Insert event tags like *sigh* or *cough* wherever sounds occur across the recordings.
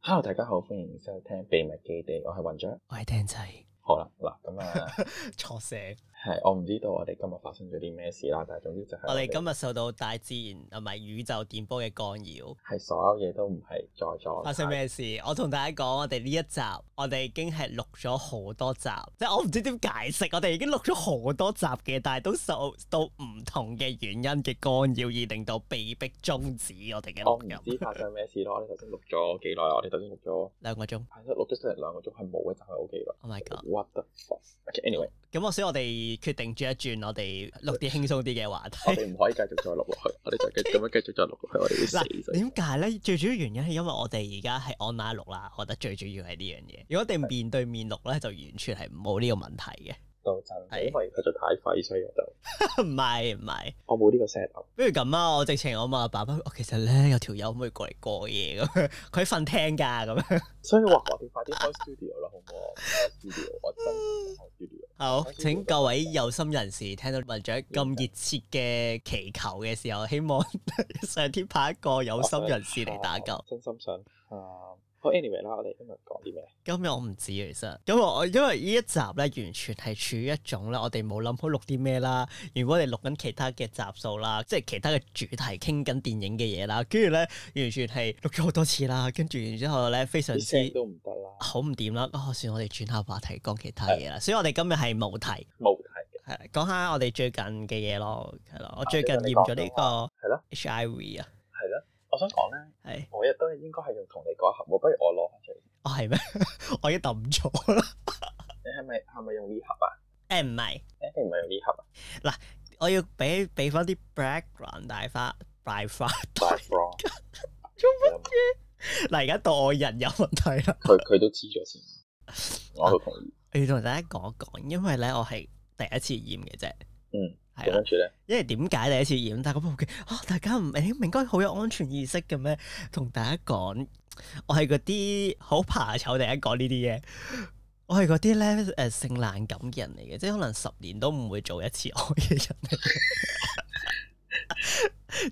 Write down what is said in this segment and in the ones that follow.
Hello，大家好，歡迎收聽秘密基地，我係雲雀。我係釘仔，好啦，嗱咁 *laughs* 啊，錯寫。係我唔知道我哋今日發生咗啲咩事啦，但係總之就係啊我哋今日受到大自然同埋宇宙電波嘅干擾。係所有嘢都唔係在咗。發生？咩事？我同大家講，我哋呢一集，我哋已經係錄咗好多集，即係我唔知點解釋，我哋已經錄咗好多集嘅，但係都受到唔同嘅原因嘅干擾，而令到被迫終止我哋嘅我唔錄音知發生咩事咯。我哋頭先錄咗幾耐啊？我哋頭先錄咗，兩個鐘。係咯，錄咗成兩個鐘，係冇一集係 O K 㗎。 Oh my god！ What the *laughs* fuck？Anyway，咁我所以我哋決定轉一轉，我哋錄啲輕鬆啲嘅話題。我哋唔可以繼續再錄落去，我哋就繼續咁樣繼續再錄落去，我哋會死嗱，所以點解咧？最主要原因係因為我哋而家係 online 錄啦，我覺得最主要係呢樣嘢。如果我哋面對面錄咧，就完全係冇呢個問題嘅。 *laughs* 到陣，係因為實在太廢，所以我就唔係唔係，我冇呢個 set up。不如咁啊！我直情我問阿爸爸，我其實咧有條友可唔可以過嚟過夜咁 *laughs* 樣？佢瞓廳㗎咁 *laughs* 樣。所以話我哋快啲開 studio 啦，好唔好啊開？studio，我真係想開 studio。好，請各位有心人士聽到文長咁熱切嘅祈求嘅時候，希望 *laughs* 上天派一個有心人士嚟打救。哦真心想啊，好 anyway 啦，我哋今日講啲咩？今日我唔知其實，因為我因為呢一集咧，完全係處於一種咧，我哋冇諗好錄啲咩啦。原本我哋錄緊其他嘅集數啦，即係其他嘅主題，傾緊電影嘅嘢啦。跟住咧，完全係錄咗好多次啦。跟住然之後咧，非常啲聲之都唔得啦，好唔掂啦。哦，算我哋轉下話題，講其他嘢啦。所以我哋今日係冇題，冇題嘅，係啦講下我哋最近嘅嘢咯，係咯。我最近啊你驗講咗呢講個係咯， HIV 啊，係咯。我想講咧，係，我亦都應該係要同你講一盒喎，不如我攞翻出嚟。哦係咩？ *laughs* 我已經抌咗啦。你係咪係咪用呢盒啊？誒唔係。誒，你唔係用呢盒啊 *laughs* 我要俾俾翻啲 background 大花大花， *laughs* ？Buy from 做乜嘢？嗱而家到我人有問題啦。 *laughs* 佢佢都知咗先，我都同意。我要同大家講一講，因為咧我係第一次驗嘅啫。嗯，係啊咁啦跟。住咧，因為點解第一次驗？大家好奇啊！大家唔誒唔應該好有安全意識嘅咩？同大家講，我係嗰啲好怕醜，第一講呢啲嘢。我係嗰啲咧誒性冷感嘅人嚟嘅，即係可能十年都唔會做一次愛嘅人嚟 *laughs* 嘅。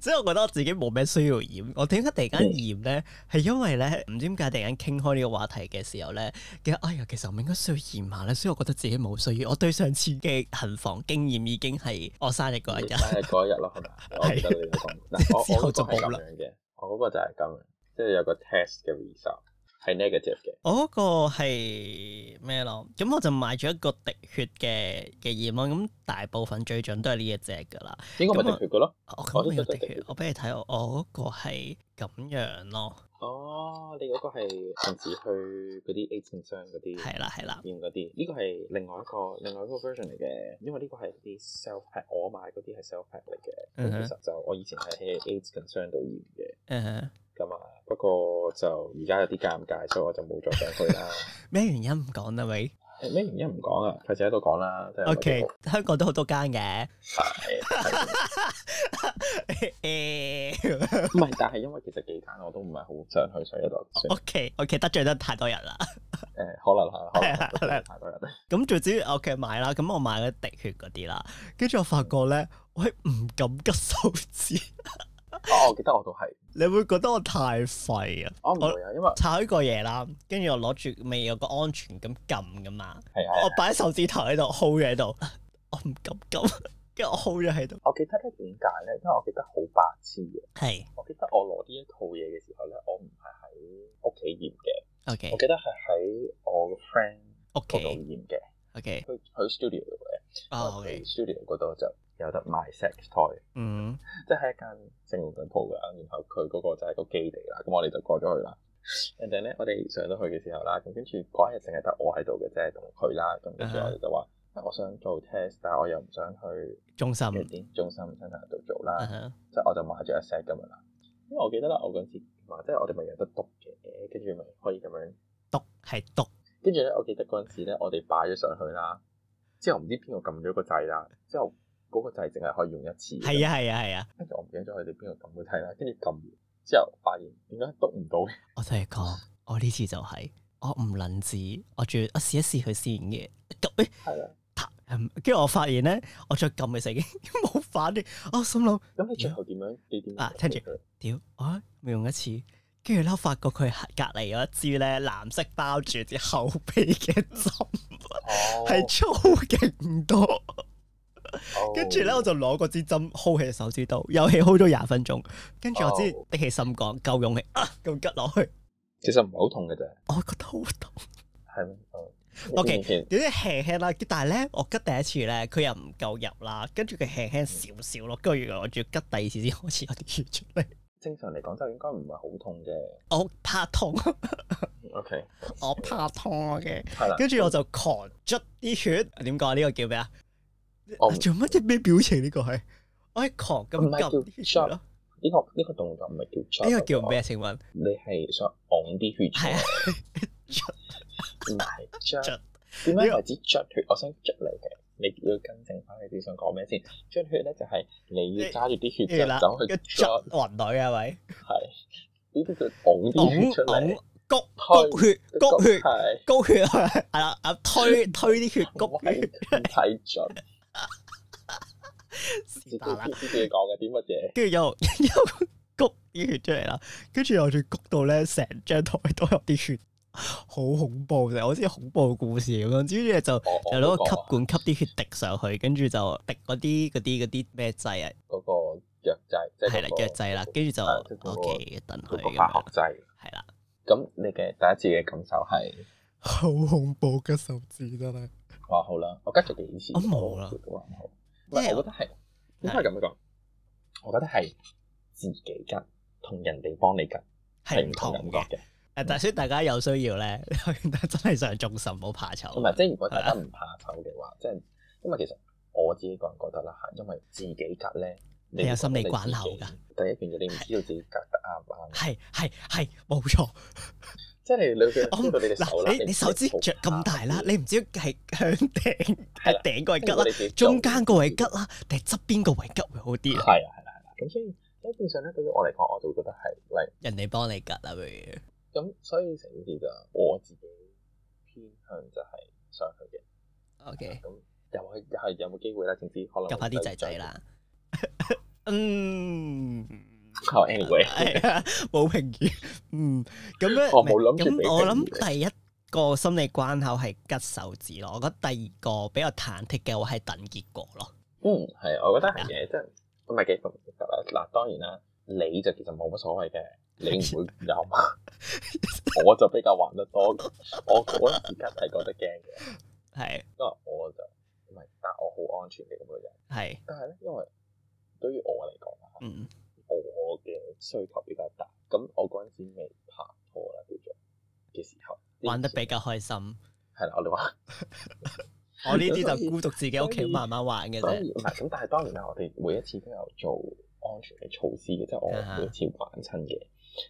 即係我覺得我自己冇咩需要驗，我點解突然間驗咧？係因為咧唔知點解突然間傾開呢個話題嘅時候咧，嘅哎呀，其實我應該需要驗下咧，所以我覺得自己冇需要。我對上次嘅行房經驗已經係我生日嗰一日。啊係嗰一日咯，係咪？我記得你都講，嗱，我 *laughs* 之後我嗰個就係冇咁啦樣嘅，我嗰個就係咁樣，即係有個 test 嘅 result 係 negative 嘅。我嗰個係咩咯？咁我就買咗一個滴血嘅嘅驗咯。咁大部分最準都係呢一隻噶啦。應該咪咁滴啊血嘅咯。我哦我都咁我有覺得滴滴血血，我俾你睇，我我嗰個係咁樣咯。哦，你嗰個係平時去嗰啲 A 信箱嗰啲係啦係啦，驗嗰啲，呢個係另外一個另外一個 version 嚟嘅，因為呢個係啲 self pack，我買嗰啲係 self pack 嚟嘅。咁、嗯哼嗯其實就我以前係喺 AIDS concern 度驗嘅，誒咁啊，不過就而家有啲尷尬，所以我就冇再上去啦。 *laughs* 咩原因唔講啦？喂誒咩原因唔講啊？費事喺度講啦。真係有啲，OK，好香港都好多間嘅。 *laughs* 煩係誒唔係，但係因為其實幾間我都唔係好想去，所以就算誒、 OK OK，得罪得太多人啦。 *laughs* 可能係，可能係係啊係啊太多人。哦咁最主要我嘅買啦，咁我買咗滴血嗰啲啦，跟住我發覺咧，我係唔敢吉手指， *laughs* 哦，我記得我都係，你會覺得我太廢啊！我唔會啊，因為拆開個嘢啦，跟住我攞住咪有個安全咁撳噶嘛，係啊。我擺手指頭喺度 hold 咗喺度，我唔敢撳，跟住我 hold 咗喺度，我記得咧點解咧？因為我記得好白痴嘅。係我記得我攞呢一套嘢嘅時候咧，我唔係喺屋企驗嘅， OK 我記得係喺我個 friend 嗰度 OK 驗嘅， OK 佢佢 studio 度嘅，哦因為佢 OK， studio 嗰度就有得賣 sex toy，嗯即係一間性玩具鋪㗎。然後佢嗰個就係個基地啦，咁我哋就過咗去啦。人哋咧，我哋上到去嘅時候啦，咁跟住嗰一日淨係得我喺度嘅啫，同佢啦，咁跟住我哋就話。啊我想做 test，但係我又唔想去中心，嘅啲中心生產度做啦。嗯哼即係我就買咗一 set 咁樣啦。因為我記得啦，我嗰陣時話即係我哋咪有得篤嘅，跟住咪可以咁樣。毒係毒，跟住咧，我記得嗰陣時咧，我哋擺咗上去啦。之後唔知邊個撳咗個掣啦，之後嗰個掣淨係可以用一次。係啊係啊係啊，跟住我唔記得咗佢哋邊個撳個掣啦，跟住撳完之後發現點解篤唔到嘅？我同你講，我呢次就係我唔能止，我仲要我試一試佢先嘅，咁係啦。誒嗯跟住我發現咧，我再撳嘅時候已經冇反應，我心諗。咁你最後點樣？你點樣？啊啊聽住屌，我用一次，跟住咧，我發覺佢隔離有一支咧藍色包住隻後鼻嘅針，哦 *laughs* 係粗勁多。跟住咧，我就就攞嗰支針 hold 喺隻手指度，有氣 hold 咗廿分鐘。跟住我知哦的起心肝，夠勇氣啊，咁吉落去，其實唔係好痛嘅啫，我哦覺得好痛。係咩哦 OK 以前有啲輕輕啦，但係咧，我吉第一次咧，佢又唔夠入啦，跟住佢輕輕少少咯，跟住原來我仲要吉第二次先開始有啲血出嚟，正常嚟講就應該唔係好痛嘅。我怕痛，啊 OK，我怕痛啊嘅，係啦，嗯跟住我就狂捽啲血，點講啊呢個叫咩啊？我唔做乜啫？咩表情呢個係？我係狂咁哦唔係撳啲血叫咯，呢個呢個動作唔係叫捽，哦呢個叫咩啊？請問你係想㧬啲血出係啊嚟，？唔 *laughs* 係捽。點解為之捽血？我想捽你嘅，你要更正翻你自己想講咩先？捽血咧就係你要揸住啲血跟就住啦，走去跟住捽捽，雲女啊係咪？係呢啲叫㧬啲血拱出嚟拱，谷谷血谷血係。谷血 *laughs* 係啦，啊 *laughs* 推推啲血谷我係血。唔睇準，是 *laughs* 自己但 *laughs* 啦，自己講嘅啲乜嘢？跟住又 *laughs* 又谷啲血出嚟啦，跟住又仲谷到咧成張台都有啲血，好恐怖嘅，好似恐怖故事咁樣。跟住就我我就攞個吸嗰管吸啲血滴上去，跟住就滴嗰啲嗰啲嗰啲咩劑啊，個嗰個藥劑，即係係啦嗰個藥劑啦，跟住就係即係嗰個 OK 等佢嗰咁個化學樣，劑。係啦，咁你嘅第一次嘅感受係好恐怖嘅手指真係。話好啦，我跟咗幾次，我啊冇啦都還好。唔因為係，我覺得係應該係咁樣講。我覺得係自己吉同人哋幫你吉係係唔唔同同感覺嗯嘅，嘅。誒，但係所以大家有需要咧， *laughs* 真係上眾神唔好怕醜。同埋即係如果大家唔怕醜嘅話，即係因為其實我自己個人覺得啦嚇，因為自己吉咧，你有心會理覺得你關口自己。第一件嘢你唔知道自己吉得啱唔啱。係係係冇錯。即係你你嘅我知道你嘅手啦嗱，，你你手指着咁大啦，你唔知係向頂係啦係頂個位吉啦，啦中間個位吉啦，定係側邊個位吉會好啲係啊？啊係啦係啦，咁所以咧變相咧對於我嚟講，我就會覺得係嚟人哋幫你吉啊啦，不如咁，所以成件事就我自己偏向就係上去嘅。 OK，咁又係又係有冇機會咧？總之可能及下啲仔仔。啦。 *laughs* 嗯，好，anyway，係啊， *laughs* 冇評語。嗯，咁咧，我哦冇諗住俾咁我評諗語第一個心理關口係吉手指咯，我覺得第二個比較忐忑嘅話係等結果咯。嗯係，我覺得啊係嘅，即係唔係幾複雜啦。嗱當然啦，你就其實冇乜所謂嘅，你唔會有嘛。 *laughs* 我就比較玩得多，我嗰陣時吉係覺得驚嘅。係因為我就唔係，但我好安全嘅咁嘅人。係，但係咧，因為對於我嚟講啦，嗯我嘅需求比較大，咁我嗰陣時未拍拖啦，叫做嘅時候，玩得比較 *laughs* 開心。係啦，我哋話，我呢啲就孤獨自己屋企慢慢玩嘅所啫。以唔係咁，但係當然啦，我哋每一次都有做安全嘅措施嘅，即係啊我每一次玩親嘅。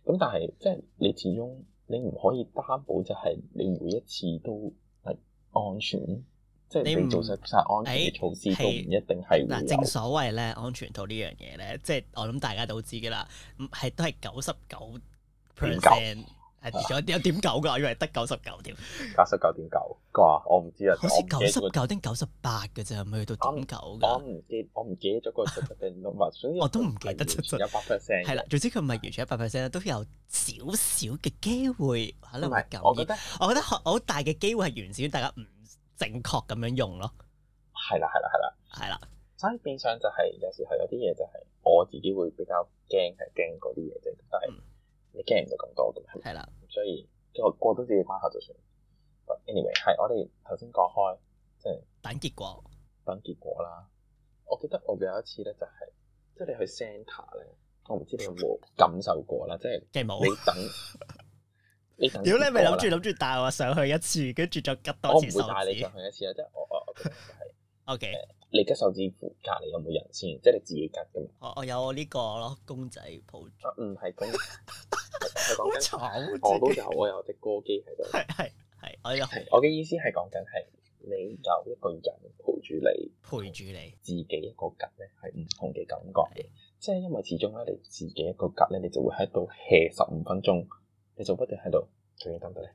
咁但係即係你始終你唔可以擔保就係你每一次都係安全。即係你唔你做晒晒安全嘅措施都哎唔一定係會嗱，有正所謂咧，安全套呢樣嘢咧，即係我諗大家都知噶啦，唔係都係九十九 percent，係有有點九噶，我以為得九十九添，九十九點九啩，我唔知啊，好似我唔記九得咗十個九定九十八嘅啫，咪去到點九我噶？唔記，我唔記得咗個實質嘅 number，所以 *laughs* 我都唔記得係完全有百 percent。係啦，，總之佢唔係完全一百 percent 都有少少嘅機會可唔能會係，感我覺染。得我覺得好好大嘅機會係源自於大家唔正確咁樣用咯，係啦，係啦，係啦。係啦，所以變相就係有時候有啲嘢就係我自己會比較驚，係驚嗰啲嘢啫。但係嗯你驚唔到咁多㗎嘛，係啦，所以我過到自己關口就算。But anyway，係我哋頭先講開，即係等結果等結果啦。我記得我有一次咧，就係即係你去 centre 咧，我唔知你有冇感受過啦，即係。嘅冇你。 *laughs* 等，你等哦屌你咪諗住結果啦諗住帶我上去一次，跟住再吉我多唔次手會帶你指上。去一次啊！即係我我我覺得就係 O K，你嘅手指乎隔離有冇人先，即係你自己隔㗎嘛？我我有呢個咯，公仔抱住，啊唔係 *laughs* 咁，係好講緊慘 *laughs* 我都自己。有我有隻歌機喺度。係係係，我有我嘅意思係講緊係你有一個人陪住你，陪住 *laughs* 你，自己一個隔咧係唔同嘅感覺嘅。即係因為始終咧，你自己一個隔咧，你就會喺度 hea 十五分鐘，你就不斷喺度究竟得唔得咧？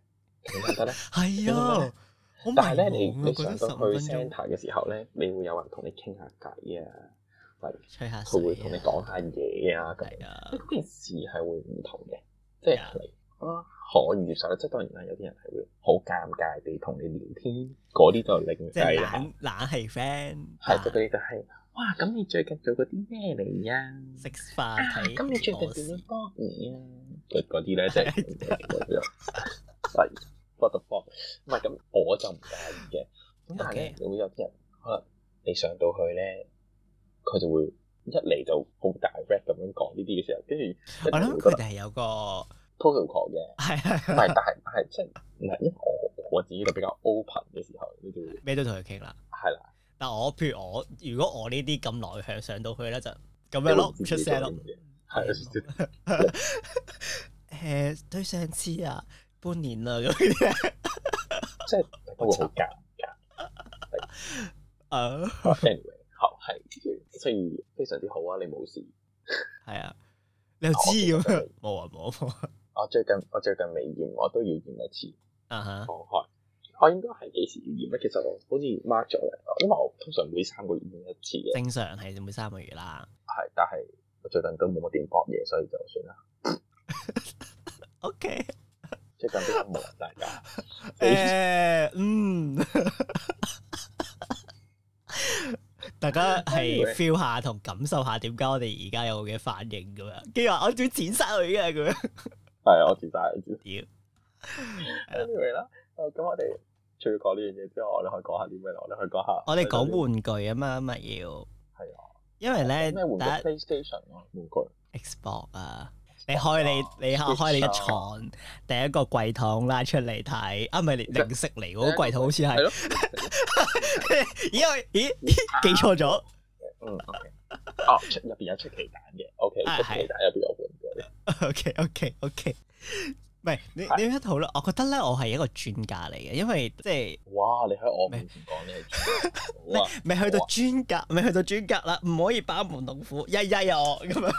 究竟得唔 *laughs* 得咧？係啊，好迷但係咧，你茫你啊，覺上到得十去五分 c e n 鐘 t e 嘅時候咧，你會有人同你傾下偈啊，例如吹下佢會同你水啊，講下嘢啊，咁係啊即係，嗰件事係會唔同嘅。即係你啊可以接受咧。即係當然啦，有啲人係會好尷尬地同你聊天，嗰啲就另即係計啦。冷冷氣 friend，啊啊係即係嗰啲就係、哇！咁你最近做過啲咩嚟啊？食飯啊睇咁你最近我做先咗波嘢啊？嗰嗰啲咧即係係 what the fuck？唔係咁，我就唔介意嘅。咁但係咧 OK，你會有啲人可能你上到去咧，佢就會一嚟就好 direct 咁樣講呢啲嘅時候，跟住我一諗定會佢覺得哋係有個 *laughs* protocol 嘅。係啊唔係係，但係但係即係唔係，因為我我自己就比較 open 嘅時候，你就會咩都同佢傾啦。係啦，但我譬如我如果我呢啲咁內向上到去咧，就咁你樣會咯，唔唔知出自己做聲啲咯乜。嘢係啊誒，對上次啊，半年啦咁樣。 *laughs* 即係大家會好尷尬。啊， anyway，好係，所以非常之好啊！你冇事。係啊，你又知哦咁樣？冇啊冇啊冇啊我最近我最近未驗，我都要驗一次啊哈！放開。我應該係幾時要驗咧？其實我好似 mark 咗嘅，因為我通常每三個月驗一次嘅，正常係每三個月啦。係，但係我最近都冇乜點搏嘢，所以就算啦。 OK，最近比較忙，大家 *laughs* *laughs* 誒，嗯，大家係 feel 下同感受下點解我哋而家有嘅反應咁樣，跟住話我仲要剪晒佢嘅咁啊樣。係我自殺嘅啫。屌， anyway 啦，哦咁我哋除咗講呢樣嘢之外，我哋可以講下啲咩咧？我哋可以講下我哋講玩具啊嘛，咪要係啊，因為咧，咩玩大家具 PlayStation 咯，玩具 Xbox 啊，你開你你開啊開你嘅床，第一個櫃桶拉出嚟睇，啊唔係零食嚟嗰個櫃桶好似係係，咯， *laughs* 咦我咦 *laughs* 咦記錯咗，嗯，OK，哦 *laughs* 出入邊有出奇蛋嘅，OK，啊出奇蛋入邊有玩具。 *laughs* OK OK OK，唔係你你一討論，我覺得咧我係一個專家嚟嘅，因為即係哇！你喺我面前講你係專家好啊，未去到專家，未去到專家啦，唔可以把門弄斧，曳曳啊我咁樣。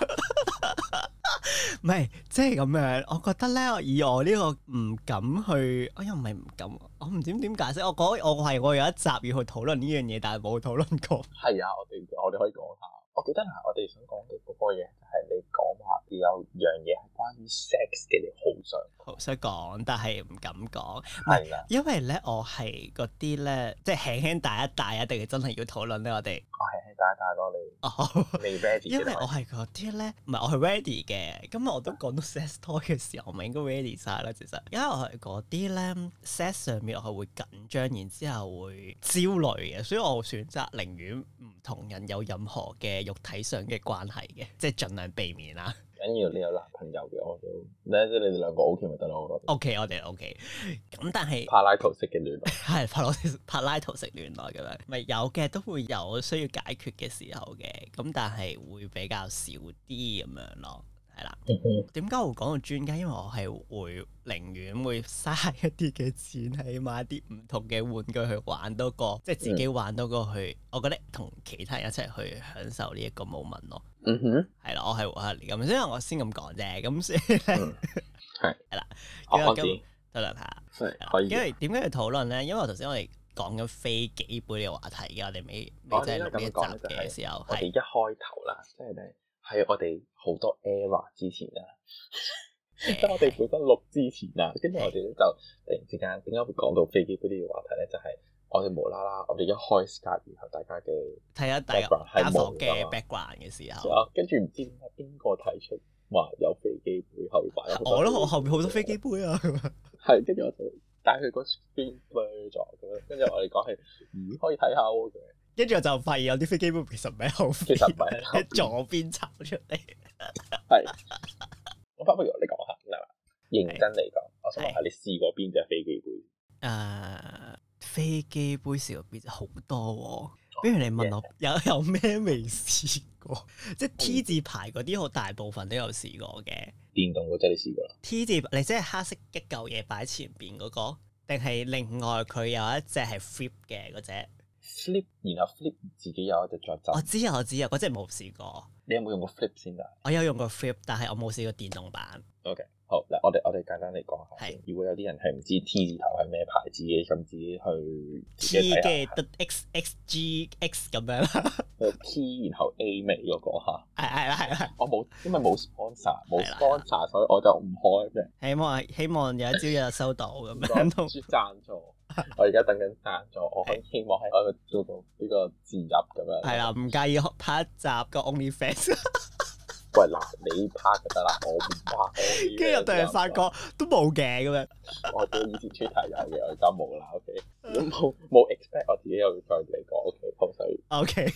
唔係，即係咁樣，我覺得咧，我以我呢個唔敢去，我又唔係唔敢，我唔知點解釋。我講我係我有一集要去討論呢樣嘢，但係冇討論過。 *laughs* 係啊，我哋我哋可以講下。我記得嗱，我哋想講嘅嗰個嘢就係你講話有樣嘢係關於 sex 嘅，你好想好想講，但係唔敢講，係啦，因為咧我係嗰啲咧，即係輕輕大一大一定係真係要討論咧，我哋我係大大咯，你哦。未 ready 因為嘅我係嗰啲咧，唔係我係 ready 嘅，咁我都講到 *laughs* sex toy 嘅時候，我咪應該 ready 晒啦。其實，因為我係嗰啲咧 sex 上面我係會緊張，然之後會焦慮嘅，所以我選擇寧願唔同人有任何嘅肉體上嘅關係嘅，即係盡量避免啦。緊要你有男朋友嘅，我都咧即係你哋兩個 OK 咪得咯。我覺得 OK，我哋 OK。咁但係柏拉圖式嘅戀愛係柏拉圖柏拉圖式戀愛咁樣，咪有嘅都會有需要解決嘅時候嘅，咁但係會比較少啲咁樣咯，係啦。點解我會講到專家？因為我係會寧願會嘥一啲嘅錢喺買啲唔同嘅玩具去玩多過，即係自己玩多過去。我覺得同其他人一齊去享受呢一個 moment 咯。嗯哼，係啦，我係我係咁，所以我先咁 *laughs* 講啫。咁所以咧，嗯係係啦，我因為開今始討論下。係可以啊因嘅。為點解要討論咧？因為我頭先我哋講緊飛機杯嘅話題嘅，我哋未我哋未真係應該錄呢一咁講集咧嘅時候，我哋係一開頭啦，即係咧喺我哋好多 error 之前啦。即係我哋本身錄之前啊，跟住我哋咧就突然之間點解會講到飛機杯呢個話題咧？就係、我哋無啦啦，我哋一開 Skype，然後大家嘅， *laughs* 睇下大家 background 係家冇房嘅㗎 background 嘅時候，啊跟住唔知點解邊個提出話有飛機杯後面擺咗好多我咯，我後面好多飛機杯啊， *laughs* 咁樣係跟住我就帶佢個 screen blur 咗咁樣，跟住我哋講係咦可以睇下喎咁樣，跟住我就發現有啲飛機杯其實唔喺後邊，其實唔係喺啊後邊喺左邊抽出嚟。 *laughs* 係咁不如你講下嗱，認真嚟講，我想問下你試過邊只飛機杯？誒飛機杯試過邊好多喎，比如你哦問我有有咩未試過，嗯即係 T 字牌嗰啲，我大部分都有試過嘅。電動嗰只你試過啦， T 字你即係黑色一嚿嘢擺前邊嗰、個，定係另外佢有一隻係 flip 嘅嗰隻？ flip，然後 flip 自己有一隻再走我，知啊，我知啊，嗰隻冇試過。你有冇用過 flip 先啊？我有用過 flip，但係我冇試過電動版。 OK，好嗱，我哋我哋簡單嚟講下係先。如果有啲人係唔知 T 字頭係咩牌子嘅，咁自己去自 T 己睇嘅下。得 X X G X 咁樣 *laughs* 啦，有 T 然後 A 尾嗰個嚇，係係啦係啦，我冇，因為冇 sponsor 冇係啦 sponsor，所以我就唔開啫。希望希望有一朝一日收到咁樣唔同知贊助，我而家等緊贊助，我可以希望喺我做到呢個自入咁樣。係啦，唔介意拍一集個 OnlyFans，喂嗱，你拍就得啦，我唔拍。 *laughs* 跟住入到嚟發覺都冇嘅咁樣，我哋以前 Twitter 有嘅，我而家冇啦。OK，咁嗯冇冇 expect 我自己又要再嚟講。OK，好所以 O K，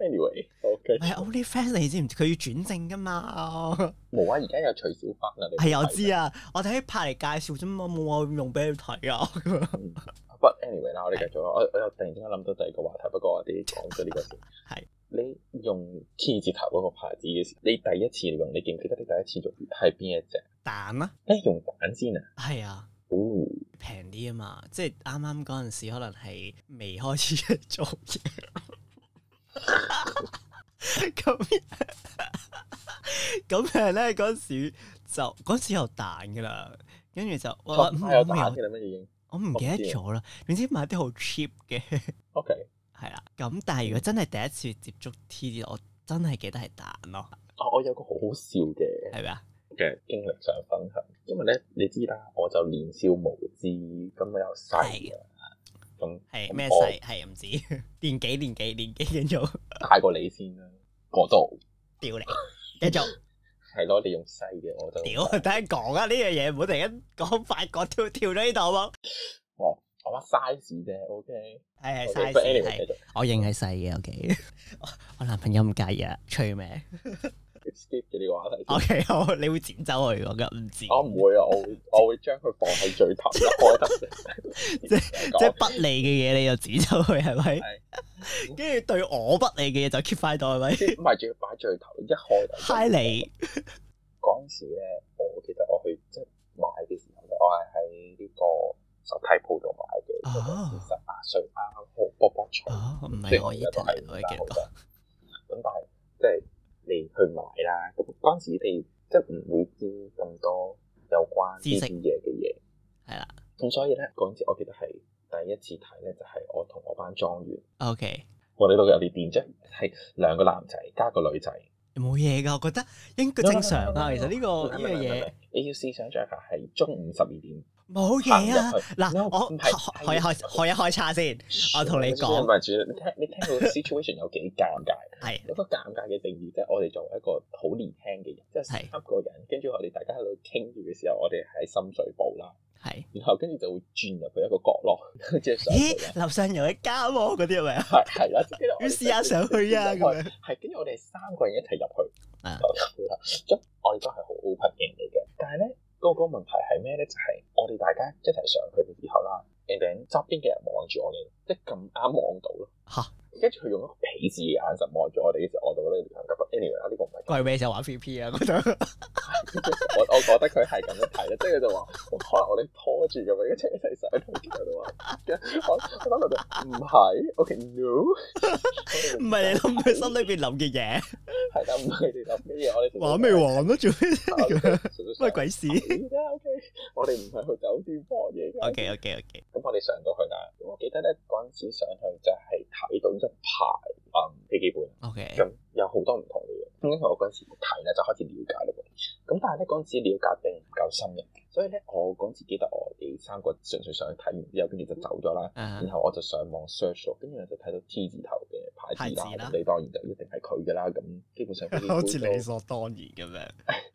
anyway，OK，係啊 OnlyFans 你知唔知佢要轉正噶嘛？冇啊，而家有徐小芬啊，你係我有知啊，我睇拍嚟介紹啫嘛，冇我用俾你睇啊咁樣， But anyway 啦，我哋繼續啦。我我又突然之間諗到第二個話題，不過我哋講咗呢個先。係你用 T 字頭嗰個牌子嘅時候，你第一次用，你記唔記得你第一次用係邊一隻？蛋啦，誒，用蛋先啊！係啊。哦，平啲啊嘛，即係啱啱嗰陣時可能係未開始做嘢，咁咁樣咧嗰陣時就嗰陣時有蛋噶啦，跟住就哇我嗯有我蛋唔嘅啦咩已經我唔記得咗啦，總之買啲好 cheap 嘅？OK，係啦，咁但係如果真係第一次接觸 T 字，我真係記得係蛋咯，啊，我有個好好笑嘅係咪啊？嘅經歷想分享，因為咧你知啦，我就年少無知，咁我又細啊，咁係咁咩我細？係唔知 *laughs* 年幾年幾年幾跟住大過你先啦，嗰度掉你，繼續。係咯，你用細嘅我就 *laughs* 屌，等下講啊！呢樣嘢唔好突然間講法國跳跳咗呢度好冇？哇，我話 size 啫，OK，係係 OK， size but anyway，係，繼續我認係細嘅，OK *laughs* 我。我男朋友唔介意啊，吹咩 skip 咗呢個話題先。 ？OK，好， *laughs* 你會剪走佢我嘅，唔剪，我唔會啊，我會我會將佢放喺最頭一開頭嘅， *laughs* 即即係不利嘅嘢你就剪走佢係咪 *laughs* 係？跟住對我不利嘅嘢就 keep 翻到係咪即係唔係仲要擺最頭一開頭。 ？Hi 你嗰陣時咧，我記得我去即係買嘅時候咧，我係喺呢個實體鋪度買嘅，哦十八歲啱啱好卜卜脆，哦，唔即係係我我依而家家都係我而嘅家好結多果。咁但係即係你去買啦，咁嗰陣時你即係唔會知咁多有關呢知啲識嘢嘅嘢，係啦。咁所以咧嗰陣時，我記得係第一次睇咧，就係我同我班莊員， OK，我哋度有啲店啫，係兩個男仔加個女仔。冇嘢㗎，我覺得應該正常啊。其實呢個呢樣嘢。你要試想像一下係中午十二點冇嘢行入啊！去嗱， No，我唔係開開一開開一開叉先，我同你講唔係主，你聽你聽 *laughs* 到 situation 有幾尷尬？係有個尷尬嘅定義，即係我哋作為一個好年輕嘅人，即係係三個人，跟住我哋大家喺度傾住嘅時候，我哋喺深水埗啦，係。 *laughs* 然後跟住就會轉入去一個角落，跟住上去啦咦，樓上有一家喎，嗰啲係咪啊？係係啦，跟住我要哋試下上去 *laughs* 啊，咁樣係跟住我哋三個人一齊入去，啊就入去啦。咁我哋都係好 open 嘅人嚟嘅，但係咧嗰個問題係咩咧？就係、我哋大家一齊上去嘅時候啦，and then 側邊嘅人望住我哋，即係咁啱望到咯。嚇，跟住佢用一個鄙視嘅眼神望住我哋嘅時候，我就覺得有啲尷尬。But anyway 啦，呢個唔係貴咩就玩 *laughs* PP 啊嗰度。我我覺得佢係咁樣睇咧，即係佢就話可能我哋拖住咁樣，跟住一齊上去同佢就話，跟住我我諗就唔係，OK，no，唔係你諗佢心裏邊諗嘅嘢，係啦，唔係你諗嘅嘢，我哋玩咩玩啊咯？做 *laughs* *laughs* 我哋咩？純粹想乜鬼事睇啫？OK，我哋唔係去酒店放嘢㗎。 ？OK OK OK，咁我哋上到去啦，咁我記得咧嗰陣時上去就係睇到一排嗯飛機杯。 OK，咁有好多唔同嘅嘢。咁因為我嗰陣時睇咧，就開始了解呢個。咁但係咧嗰陣時了解並唔夠深入，所以咧我嗰陣時記得我哋三個純粹上去睇完之後，跟住就走咗啦。啊然後我就上網 search 咗，跟住就睇到 T 字頭嘅牌子啦，牌子啦咁你當然就一定係佢㗎啦。咁基本上飛機 *laughs* 好似杯理所當然咁樣，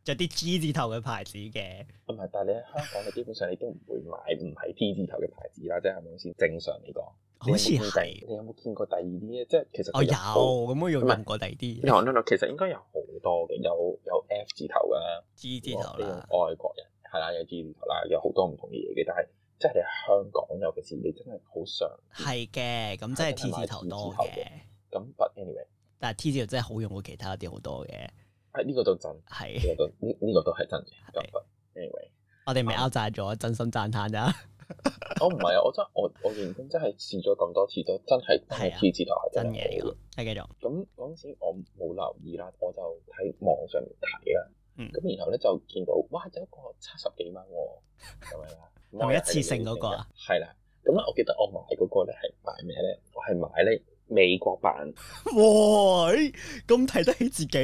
着啲 G 字頭嘅牌子嘅，都唔係，但係你喺香港，你基本上你都唔會買唔係 T 字頭嘅牌子啦，即係係咪先？正常嚟講， *laughs* 你好有似冇見過係。你有冇見過第二啲咧？即係其實我佢有，好咁我用唔係用過第二啲嘢有有有其實應該有好多嘅，有有 F 字頭啊㗎啦。 G 字頭啦，外國人係啦，有啲唔同啦，有好多唔同嘅嘢嘅，但係即係你香港，尤其是你真係好常係嘅，咁真係係 T 字頭多嘅。咁。But anyway，但係 T 字頭真係好用過其他啲好多嘅，啊呢個都真，呢係個都呢呢個都係真嘅。咁係 but anyway，我哋咪拗讚咗，真心讚歎咋， *laughs* 我唔係啊，我真我我認真真係試咗咁多次都真係係啊 T 字頭係真真嘅係呢好個。係繼續，咁嗰陣時我冇留意啦，我就喺網上面睇啦。嗯咁然後咧就見到哇有一個七十幾蚊喎，咁樣啦，咁 *laughs* 同我一又喺次度性嗰個傾啊緊，係啦。咁咧我記得我買嗰個咧係買咩咧？我係買咧美國版，哇！咁睇得起自己，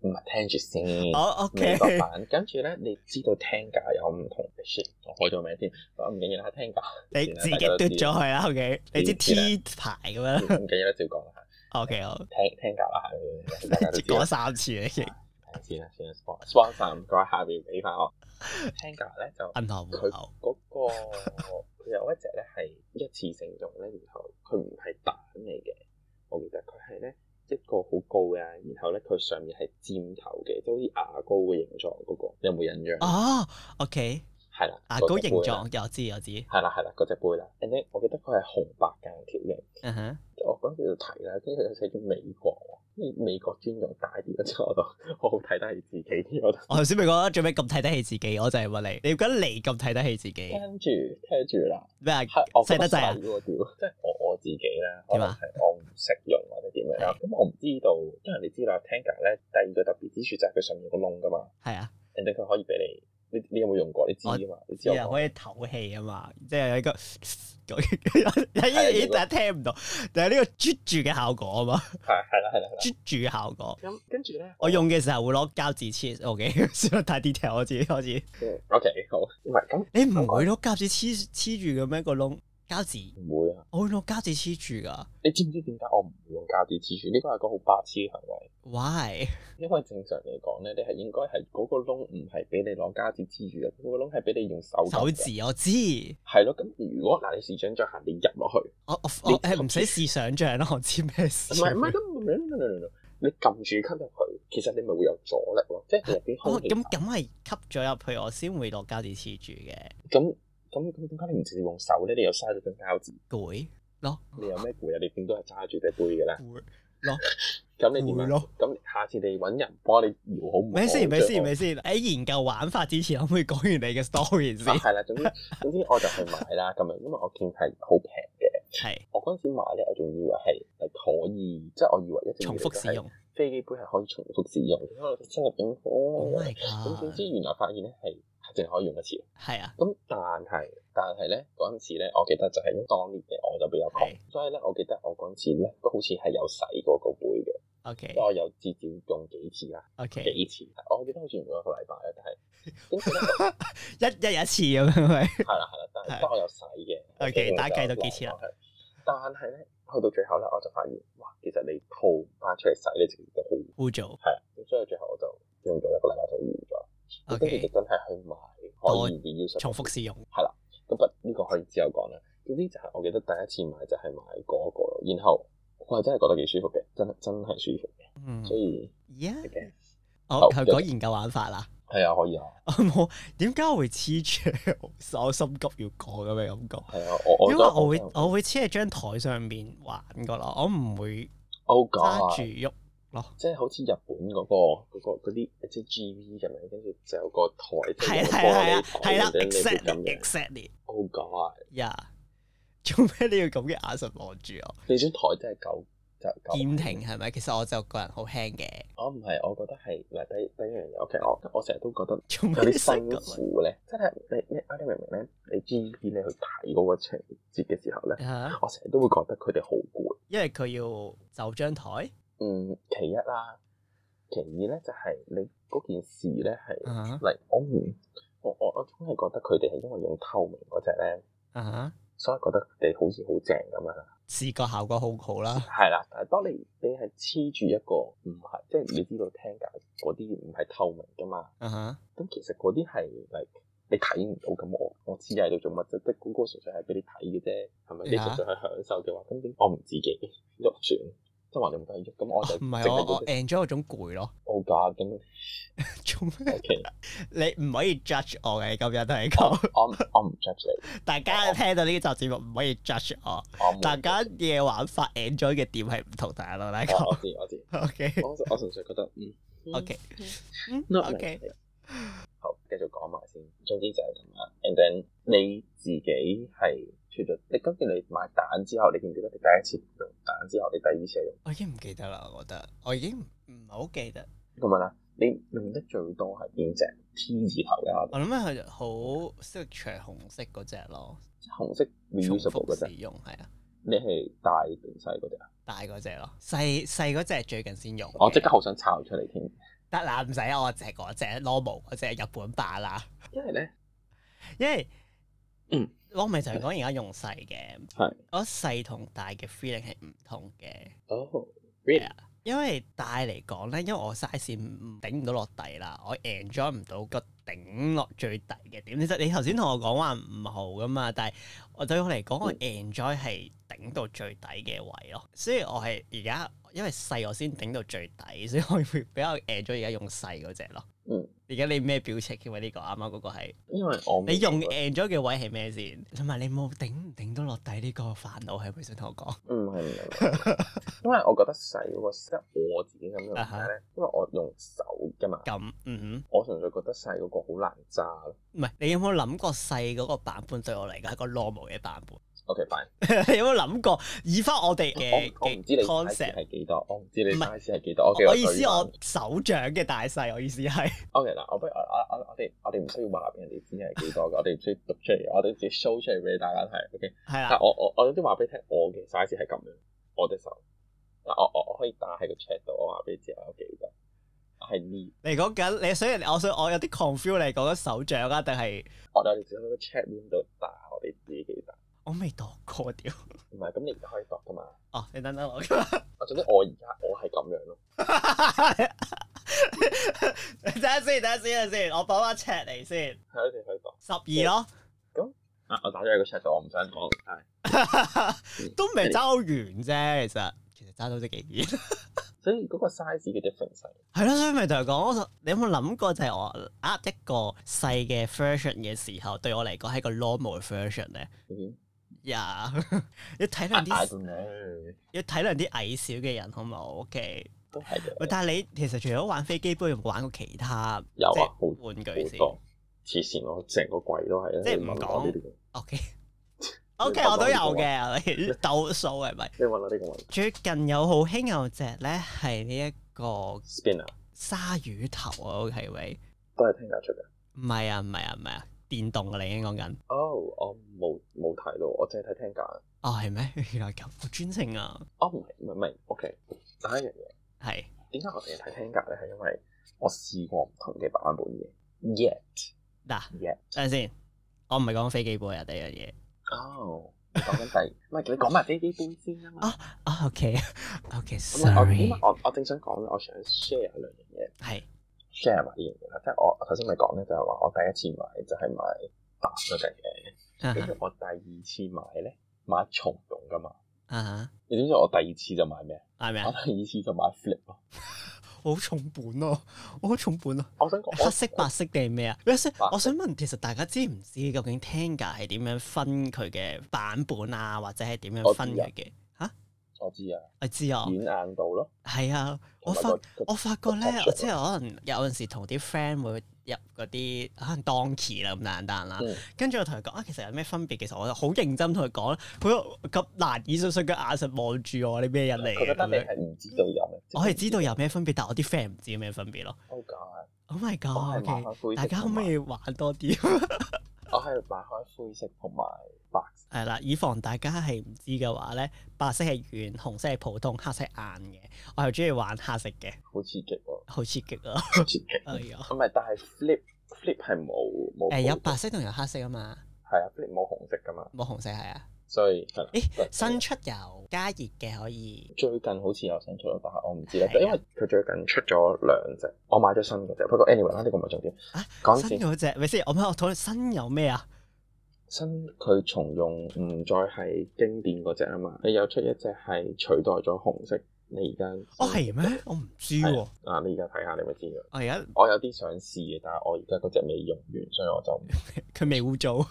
唔係聽住先。 *laughs* 哦美，OK，國版，跟住咧，你知道聽價有唔同嘅 shit，我改咗名添，我唔緊要啦，聽價你自己嘟咗佢啦，OK，你啊知 T 牌咁樣啦唔緊要啦，照講啦嚇， ，OK，好，聽聽價啦嚇，大家都知啦 *laughs* 講。三次啊你銀係先啦，先啦，sponsor sponsor 唔該，下邊俾翻我。聽價咧就行戶口，嗰個佢有一隻咧係一次性用咧，然後佢唔係蛋嚟嘅，我記得佢係咧一個好高嘅，然後咧佢上面係尖頭嘅，即係好似牙膏嘅形狀嗰、個，你有冇印象？哦，OK，係啦、牙嗰膏隻形杯啦狀，我知我知，係啦係啦，嗰只杯啦，and then 我記得佢係紅白間條嘅，嗯哼，我嗰陣時就睇啦，跟住佢就寫咗美國喎，跟住美國專用大啲嗰陣，我就我好睇得起自己啲，我就我頭先咪講啦，最尾咁睇得起自己，我就係問你，你覺得你咁睇得起自己聽住聽住 *laughs* 啦，咩啊？係我細得滯啊細喎 *laughs* 屌，即係我我自己啦，可能點啊係我唔識用或者點樣啦，咁我唔知道，因為你知啦，Tenga 咧第二個特別之處就係佢上面有個窿噶嘛，係啊，人哋佢可以俾你。你你有冇用過？你知噶嘛？你知啲我人講可以唞氣啊嘛，即係有一個， *laughs* 啊依依大家聽唔到，但係呢個啜住嘅效果啊嘛， *laughs* 係係啦係啦係啦。啜住嘅效果。咁跟住咧，我用嘅時候會攞膠紙黐，OK，算啦，太 detail 我自己開始。嗯 OK 好，唔係咁你唔會攞膠紙黐黐住嘅咩個窿？膠紙，唔會啊。我會攞膠紙黐住噶。你知唔知點解我唔會用膠紙黐住？呢個係個好白痴嘅行為， Why？因為正常嚟講咧，你係應該係嗰個窿唔係俾你攞膠紙黐住嘅，嗰、個窿係俾你用手撳手嘅指我知，係咯。咁如果嗱，你試想再行，你入落去，我我你我誒唔使試想像咯，我知咩事唔。係唔係咁，唔係唔係唔係你撳住吸入去，其實你咪會有阻力咯，即係入邊哦，空氣咁咁係吸咗入去，我先會攞膠紙黐住嘅。咁咁咁點解你唔直接用手咧？你又嘥咗張膠紙，攰咯，你有咩攰啊？你點都係揸住隻杯嘅啦。攰。咁你點攰啊？咯咁下次你揾人幫你搖好唔好？咪先，咪先，將我咪先。喺研究玩法之前，可唔可以講完 *laughs* 你嘅 story 啊先？係啦，總之 *laughs* 總之我就去買啦咁樣，因為我見係好平嘅。係我嗰陣時買咧，我仲以為係係可以，即係我以為一直以重嚟複都使係用。飛機杯係可以重複使用，因為我真係咁 Oh 講。 my 咁點 god！知原來發現咧係係淨係可以用一次。係啊，咁但係但係咧嗰陣時咧，我記得就係當年嘅我就比較窮，所以咧我記得我嗰陣時咧都好似係有洗過個杯嘅，即係我有至少用幾次啦， OK，OK，幾次。我記得好似用咗一個禮拜啊啦，但 *laughs* 係跟住咧一一日一次咁樣咪。係啦係啦，但係不過我有洗嘅。 OK，咁我就大家計到幾次啦落落去？但係咧，去到最後咧，我就發現，哇，其實你套唔翻出嚟洗，你直接就好污污糟。係啦。咁所以最後我就用咗一個禮拜就完咗。咁跟住就 OK，真係去買可以 reuse 重複使用。係啦。咁不呢個可以之後講啦。總之就係我記得第一次買就係買嗰個咯，然後我係真係覺得幾舒服嘅，真真係舒服嘅。嗯，所以 yeah，嘅我好係講研究玩法啦。 *laughs* 係啊，可以啊，我冇點解我會黐住？我心急要講咁嘅感覺。係啊，我我因都為我會我我會黐喺張台上面玩噶啦，我唔會 Oh 揸 God 住喐咯。即係好似日本嗰、個嗰、個嗰啲即係 G.V. 咁樣，跟住就有個台，即係係啦有個係啊啦係啦玻璃係台或者啦你會咁，exactly 樣。 exactly Oh God！呀！做咩你要咁嘅眼神望住我？你張台真係夠就夠。堅挺係咪？其實我就個人好輕嘅，我唔係，我覺得係嗱第第一樣嘢，OK，我我成日都覺得做咩有你啲識辛咁啊苦咧，真係你你啊你明唔明咧？你 G.V. 你去睇嗰個情節嘅時候咧，啊？我成日都會覺得佢哋好攰。因為佢要就張台嗯，其一啦，其二咧就係、你嗰件事咧係啊嚟我唔我我我總係覺得佢哋係因為用透明嗰隻咧。啊，所以覺得你好似好正咁樣啦，視覺效果好好啦。係啦。但係當你你係黐住一個唔係，即係你知道聽解嗰啲唔係透明噶嘛。啊哈，咁其實嗰啲係 like 你睇唔到，咁我我黐喺度做乜啫？即係嗰個純粹係俾你睇嘅啫，係咪？你啊純粹係享受嘅話，咁點哦我唔自己喐算，即係話你唔得喐，咁我就 *laughs* 啊唔淨係我係我嗰 enjoy 嗰種攰咯。 *laughs* 奧價咁。做咩？ OK，你唔可以 judge 我嘅，今日都係咁。我唔 *laughs* 我唔 judge 你，大哦家聽到呢集節目唔可以 judge 我，我唔大家嘅玩法 enjoy 嘅點係唔同，大家咯，大家哦我我知我知， OK 我我純粹覺得嗯 *laughs* OK 嗯 Not OK， like- 好，繼續講埋先。總之就係咁啦。And then 你自己係除咗你跟住你買蛋之後，你記唔記得你第一次用蛋之後，你第二次係用我已經唔記得啦，我覺得我已經唔唔係好記得。咁樣啦？你用得最多係邊只 T 字頭嘅？我諗佢好 signature 紅色嗰只咯，紅色重 reusable 複嗰使只，用係啊，你係大定細嗰只啊？大嗰只咯，細細嗰只最近先用嘅。我哦即刻好想抄出嚟添，得啦，唔使啊我只嗰只 normal 嗰只日本版啦，因為咧因為嗯，我咪就係講而家用細嘅，係我細同大嘅 feeling 係唔同嘅。哦，really 因為大嚟講咧，因為我 size 唔頂唔到落底啦，我 enjoy 唔到個頂落最底嘅點。其實你頭先同我講話唔好噶嘛，但係我對我嚟講，我 enjoy 係頂到最底嘅位咯。所以我係而家因為細我先頂到最底，所以我會比較 enjoy 而家用細嗰只咯。嗯，而家你咩表情嘅位？呢個啱啱嗰個係因為我你唔用 enjoy 嘅位係咩先？同埋你冇頂唔頂到落底呢個煩惱係咪想同我講？嗯係唔係， *laughs* 因為我覺得細嗰個即係我自己咁樣啊睇哈咧，因為我用手㗎嘛，咁嗯哼。我純粹覺得細嗰個好難揸咯。唔係，你有冇諗過細嗰個版本對我嚟講係個 normal 嘅版本？ OK fine，你 *laughs* 有冇諗過以翻我哋嘅我我唔知你 size 嘅 concept？係幾多，我唔知你唔係 size 係幾多。OK，我意思對返我手掌嘅大細，我意思係 *laughs* OK 嗱，我不如我我我我哋我哋唔需要話俾人哋知係幾多嘅，我哋唔需要讀出嚟，我哋直接 show 出嚟俾大家睇。OK，係但啦，我我我有啲話俾你聽，我嘅 size 係咁樣，我隻手嗱，我我我可以打喺個 chat 度，我話俾你知我有幾多，我係呢，你講緊你，所以我想我有啲 confuse 你講緊手掌啊，定係我哋只喺個 chat room 度打，我哋自己幾大，我未度過屌？唔係咁你可以度噶嘛？哦，你等等我， *laughs* 我總之我而家我係咁樣咯，等下先，等下先，等下先，我補翻尺嚟先，係咯，你可以度。十二咯，啊，我打咗喺個 chat 度，我唔想講，係都未揸好完啫，其實其實揸到都幾遠。所以嗰個 size 嘅 difference 係係咯，所以咪就係講，我就你有冇諗過就係我呃一個細嘅 version 嘅時候，對我嚟講係個 normal version 咧。嗯呀、 *laughs* 要體諒啊，啲咁樣要體諒啲矮小嘅人，好唔好？OK。都係喂，嘅，但係你其實除咗玩飛機杯，有冇玩過其他有即啊，係好。玩具好先多黐線咯，成個櫃都係啦。即係唔你問我呢啲嘅 *laughs* ？OK。OK，我都有嘅，你鬥數係咪？你問我呢個問最近有好興有隻咧，係呢一個 spinner 鯊魚頭啊，OK 喂，都係聽得出嘅。唔係啊，唔係啊，唔係啊，電動嘅你已經講緊。哦，我冇冇睇到，我淨係睇聽價。哦，係咩？ *laughs* 原來咁，好專情啊！哦，唔係唔係唔係，OK。第一樣嘢，係點解我淨係睇聽價咧？係因為我試過唔同嘅版本嘅。Yet 嗱， yet，等陣先，我唔係講飛機杯啊，第一樣嘢。哦，你講緊第，唔係你講埋飛機杯先啊嘛。啊啊咁我，OK，OK，sorry，點解啊我我正想講咧，我想 share 兩樣嘢係，share 埋呢樣嘢啦。即係我我頭先咪講咧，就係話我第一次買就係買蛋嗰只嘅。啊跟哈住我第二次買咧，買蟲用噶嘛。啊哈，你知唔知我第二次就買咩？係咪我啊？第二次就買 flip 咯。我好重本啊，我好重本啊！我想講我黑色、白色定係咩啊？我想白色我想問，其實大家知唔知究竟 Tenga 係點樣分佢嘅版本啊，或者係點樣分佢嘅？我知啊，我知啊，軟硬度咯。係啊，我同埋發個個我發覺咧，個 option 我即係可能有陣時同啲 friend 會入嗰啲可能 donkey 啦咁簡單啦嗯，跟住我同佢講啊，其實有咩分別？其實我好認真同佢講，佢話咁難以相信佢眼神望住我，你咩人嚟佢嘅覺得咁你樣？係唔知道有咩？我係知道有咩分別，但我啲 friend 唔知有咩分別咯。 Oh God！ Oh my *laughs* 我係 god！買 OK，開灰色，大家可唔可？以玩多啲？我係買開灰色同埋白色。 *laughs* 係啦，以防大家係唔知嘅話咧，白色係軟，紅色係普通，黑色係硬嘅。我係中意玩黑色嘅，好刺激 *laughs* 喎！好刺激啊！好刺激。哎呀〜唔係，但係 flip flip 係冇冇誒紅有色白色同有黑色啊嘛，係啊，flip 冇紅色噶嘛，冇紅色係啊。所以係啦。咦，白色新出有加熱嘅可以，最近好似有新出咯，但係我唔知啦，係啊因為佢最近出咗兩隻，我買咗新嘅啫。不過 anyway 啦，呢個唔係重點啊。講先，新嗰只咪先，我咪我討論新有咩啊？新佢重用唔再係經典嗰只啊嘛，你有出一隻係取代咗紅色，你而家哦係咩？我唔知係喎，啊，你而家睇下你咪知㗎。我而家我有啲想試嘅，但係我而家嗰只未用完，所以我就 *laughs* 唔佢未污糟，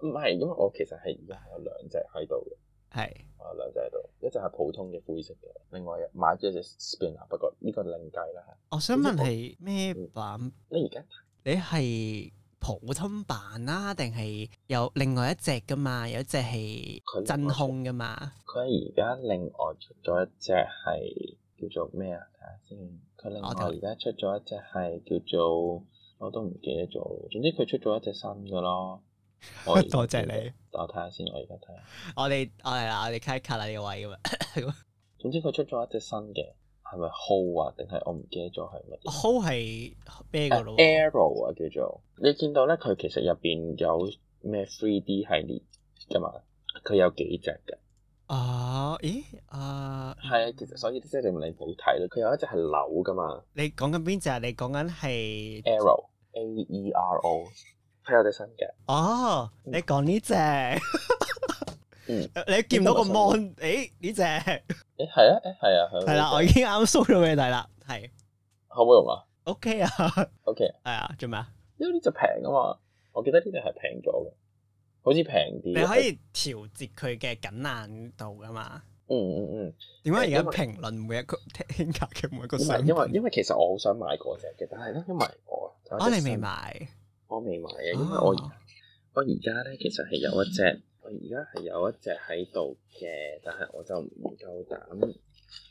唔係，因為我其實係而家係有兩隻喺度嘅，係啊兩隻喺度，一隻係普通嘅灰色嘅，另外買咗一隻 spinner，不過呢個另計啦。我想問係咩版？你而家你係普通版啦、定係有另外一隻噶嘛？有一隻係佢真空噶嘛？佢而家另外出咗一隻係叫做咩啊？睇下先，佢另外我睇而家出咗一隻係叫做我都唔記得咗，總之佢出咗一隻新嘅 *laughs* 咯。我而家多謝你，我睇下先，我而家睇下。我哋我哋啦，我哋 cut 一 cut 啦呢個位咁啊。總之佢出咗一隻新嘅，係咪 Ho 啊？定係我唔記得咗係乜嘢？好係咩個咯喎？ Arrow 啊，叫做你見到咧，佢其實入邊有咩 3D 系列噶嘛？佢有幾隻嘅，啊，咦啊，係啊，其實所以即係你唔好睇咯。佢有一隻係扭噶嘛你講緊邊隻啊？你講緊係，Arrow，A E R O，佢有隻新嘅，哦，你講呢只，嗯，你見唔到個 mon？誒呢只係誒係啊，誒係啊，係啊啦，我已經啱 show 咗俾你睇啦，係好冇用啊 OK 啊，係 à? ，OK，啊，做咩啊？因為呢隻平啊嘛，我記得呢隻係平咗嘅，好似平啲。你可，以調節佢嘅緊硬度噶嘛？嗯嗯嗯。點解而家因為評論每一個聽價嘅每一個因為商因為品？因為其實我好想買嗰隻嘅，但係咧因為我哦，你買，未買？我未買嘅，因為我哦，我而家咧其實係有一隻，我而家係有一隻喺度嘅，但係我就唔夠膽，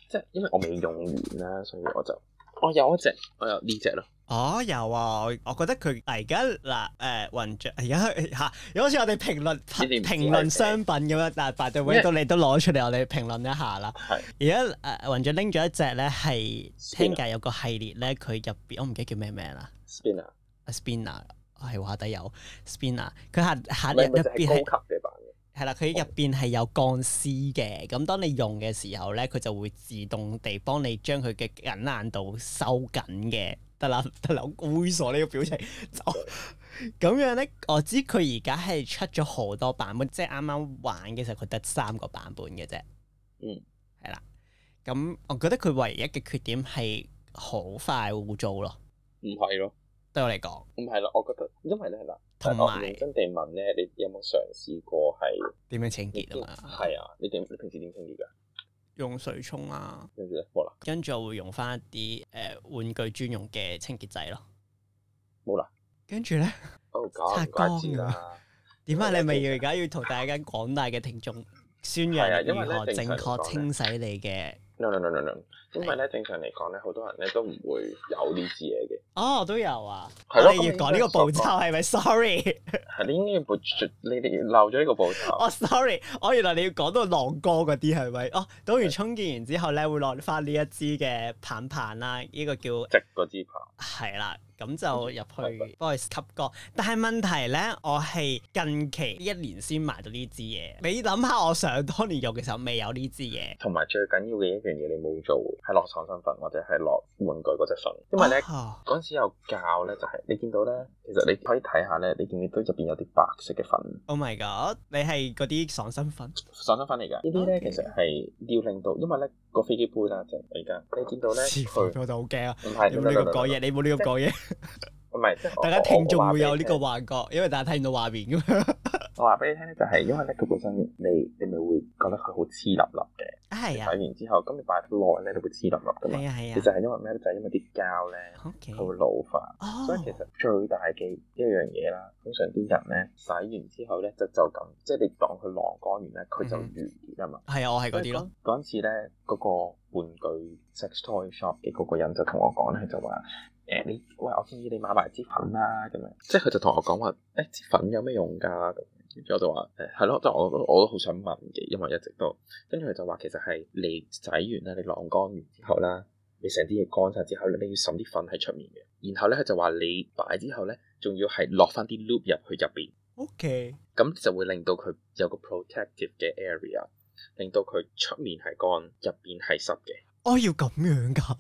即係因為我未用完啦，所以我就我有一隻，我有呢只咯，哦有啊，我我覺得佢嗱而家嗱誒雲雀而家 *laughs* 嚇，有好似我哋評論你哋唔知評論商品咁樣，但係白對因為位到你都攞出嚟，我哋評論一下啦。係而家誒雲雀拎咗一隻咧係 Spinner 聽界有個系列咧，佢入邊我唔記得叫咩名啦 Spinner，啊，Spinner 係話底有 Spinner，佢下下入咪咪入就係邊高係。級嘅版嘅，係啦，佢入邊係有鋼絲嘅，咁當你用嘅時候咧，佢就會自動地幫你將佢嘅緊硬度收緊嘅。得啦， *laughs* 得啦，好猥瑣呢個表情。就 *laughs* 咁樣咧，我知佢而家係出咗好多版本，即係啱啱玩嘅時候佢得三個版本嘅啫。嗯，係啦。咁我覺得佢唯一嘅缺點係好快污糟咯，唔係咯，對我嚟講。唔係咯，我覺得因為咧嗱，同我埋認真地問咧，你有冇嘗試過係？點樣清你潔啊嘛？係啊，你點你平時點清潔㗎？用水沖啊，跟住咧，冇啦，跟住我會用翻一啲誒、呃玩具專用嘅清潔劑咯。冇啦，跟住咧，哦，搞擦唔怪之光㗎啦。點啊解你咪要而家要同大家廣大嘅聽眾宣係啊揚因為如咧何正確清正洗你嘅？ no no no no no，因為咧正常嚟講咧，好多人咧都唔會有呢支嘢嘅。哦，我都有啊！我係咯哋要講呢個步驟係咪？Sorry， *laughs* 係你應該要步，你哋漏咗呢個步驟。我 sorry，我原來你要講到浪哥嗰啲係咪？哦，倒完沖潔完之後咧，會落翻呢一支嘅棒棒啦，呢、個叫直個支棒，係啦，咁嗯就入去幫佢吸乾。但係問題咧，我係近期呢一年先買到呢支嘢。你諗下，我想當年用嘅時候未有呢支嘢。同埋最緊要嘅一樣嘢你冇做，係落爽身粉或者係落玩具嗰隻粉，因為咧。啊嗰陣時有教咧，就係、你見到咧，其實你可以睇下咧，你見唔見到入邊有啲白色嘅粉， Oh my god！你係嗰啲爽身粉，爽身粉嚟㗎。呢啲咧 Okay 其實係要令到，因為咧個飛機杯啦，即係而家你見 *laughs* 到咧師佢傅唔我就好驚啊！係你冇亂咁講嘢，你冇亂咁講嘢，唔係即係我大家聽眾會有呢。我我話俾你聽個幻覺，因為大家睇唔到畫面噶嘛。我話俾你聽咧，就係因為咧佢本身你你咪會覺得佢好黐立立嘅，啊係睇啊，完之後，咁你擺得耐咧，你會黐立立噶嘛。係啊係其啊實係因為咩咧？就係因為啲膠咧，OK，佢會老化，哎哦所以其實最大嘅一樣嘢啦，通常啲人咧洗完之後咧就就咁，即係你當佢晾乾完咧，佢就嗯完結啊嘛。係啊，我係嗰啲咯。嗰陣時咧，嗰、個玩具 sex toy shop 嘅嗰個人就同我講咧，就話：誒、你喂，我建議你買埋支粉啦，咁樣。即係佢就同我講話：誒、支粉有咩用㗎？咁跟住我就話：誒係咯，即係我我都好想問嘅，因為一直都。跟住佢就話其實係你洗完啦，你晾乾完之後啦，你成啲嘢乾晒之後咧，你要滲啲粉喺出面嘅。然後咧，佢就話你擺之後咧，仲要係落翻啲 loop 入去入邊。 OK，咁就會令到佢有個 protective 嘅 area，令到佢出面係乾，入邊係濕嘅。我哦要咁樣噶，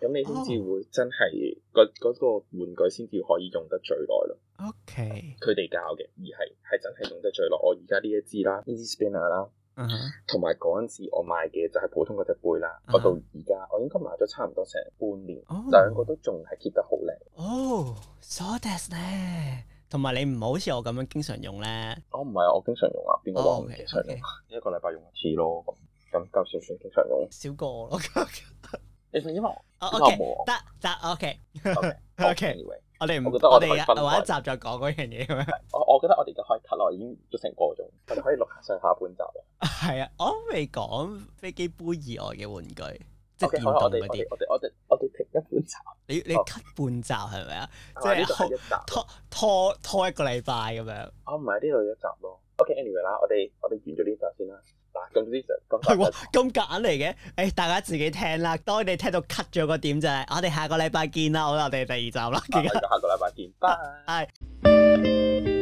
咁你先至會真係嗰嗰個玩具先至可以用得最耐咯。 OK，佢哋教嘅，而係係真係用得最耐。我而家呢一支啦，呢支 spinner 啦，嗯哼同埋嗰陣時我買嘅就係普通嗰隻杯啦。啊我到而家我應該買咗差唔多成半年，哦兩個都仲係 keep 得好靚。哦，so that's 咧，同埋你唔好好似我咁樣經常用咧。我唔係啊，我經常用啊，邊個話我哦唔，OK 經常用 OK，啊？一個禮拜用一次咯，咁咁夠算算經常用。少過我咯。 *laughs* 因為因為我哦因為我 OK，冇。得得 OK， O *laughs* OK anyway，我哋唔我覺得我哋可以哋分開揾一集再講嗰樣嘢咁樣。 *laughs* 我我覺得我哋而家可以 cut 落，已經都成個鐘，我哋啊可以錄下上下半集啦。係啊，我未講飛機杯以外嘅玩具，即係 OK，電好啦，我哋動嗰我哋啲。我哋我哋我哋停一半集，你你好 cut 半集係咪啊？即即係係呢度係好一集。啊拖拖拖一個禮拜咁樣。我唔係呢度有一集咯。OK，anyway 啦，我哋我哋完咗呢集先啦。嗱，咁呢集咁係集喎，咁夾硬嚟嘅。誒、大家自己聽啦。當你哋聽到 cut 咗個點就係、我哋下個禮拜見啦。好啦，我哋第二集啦，而就家啊我哋下個禮拜見，拜。係。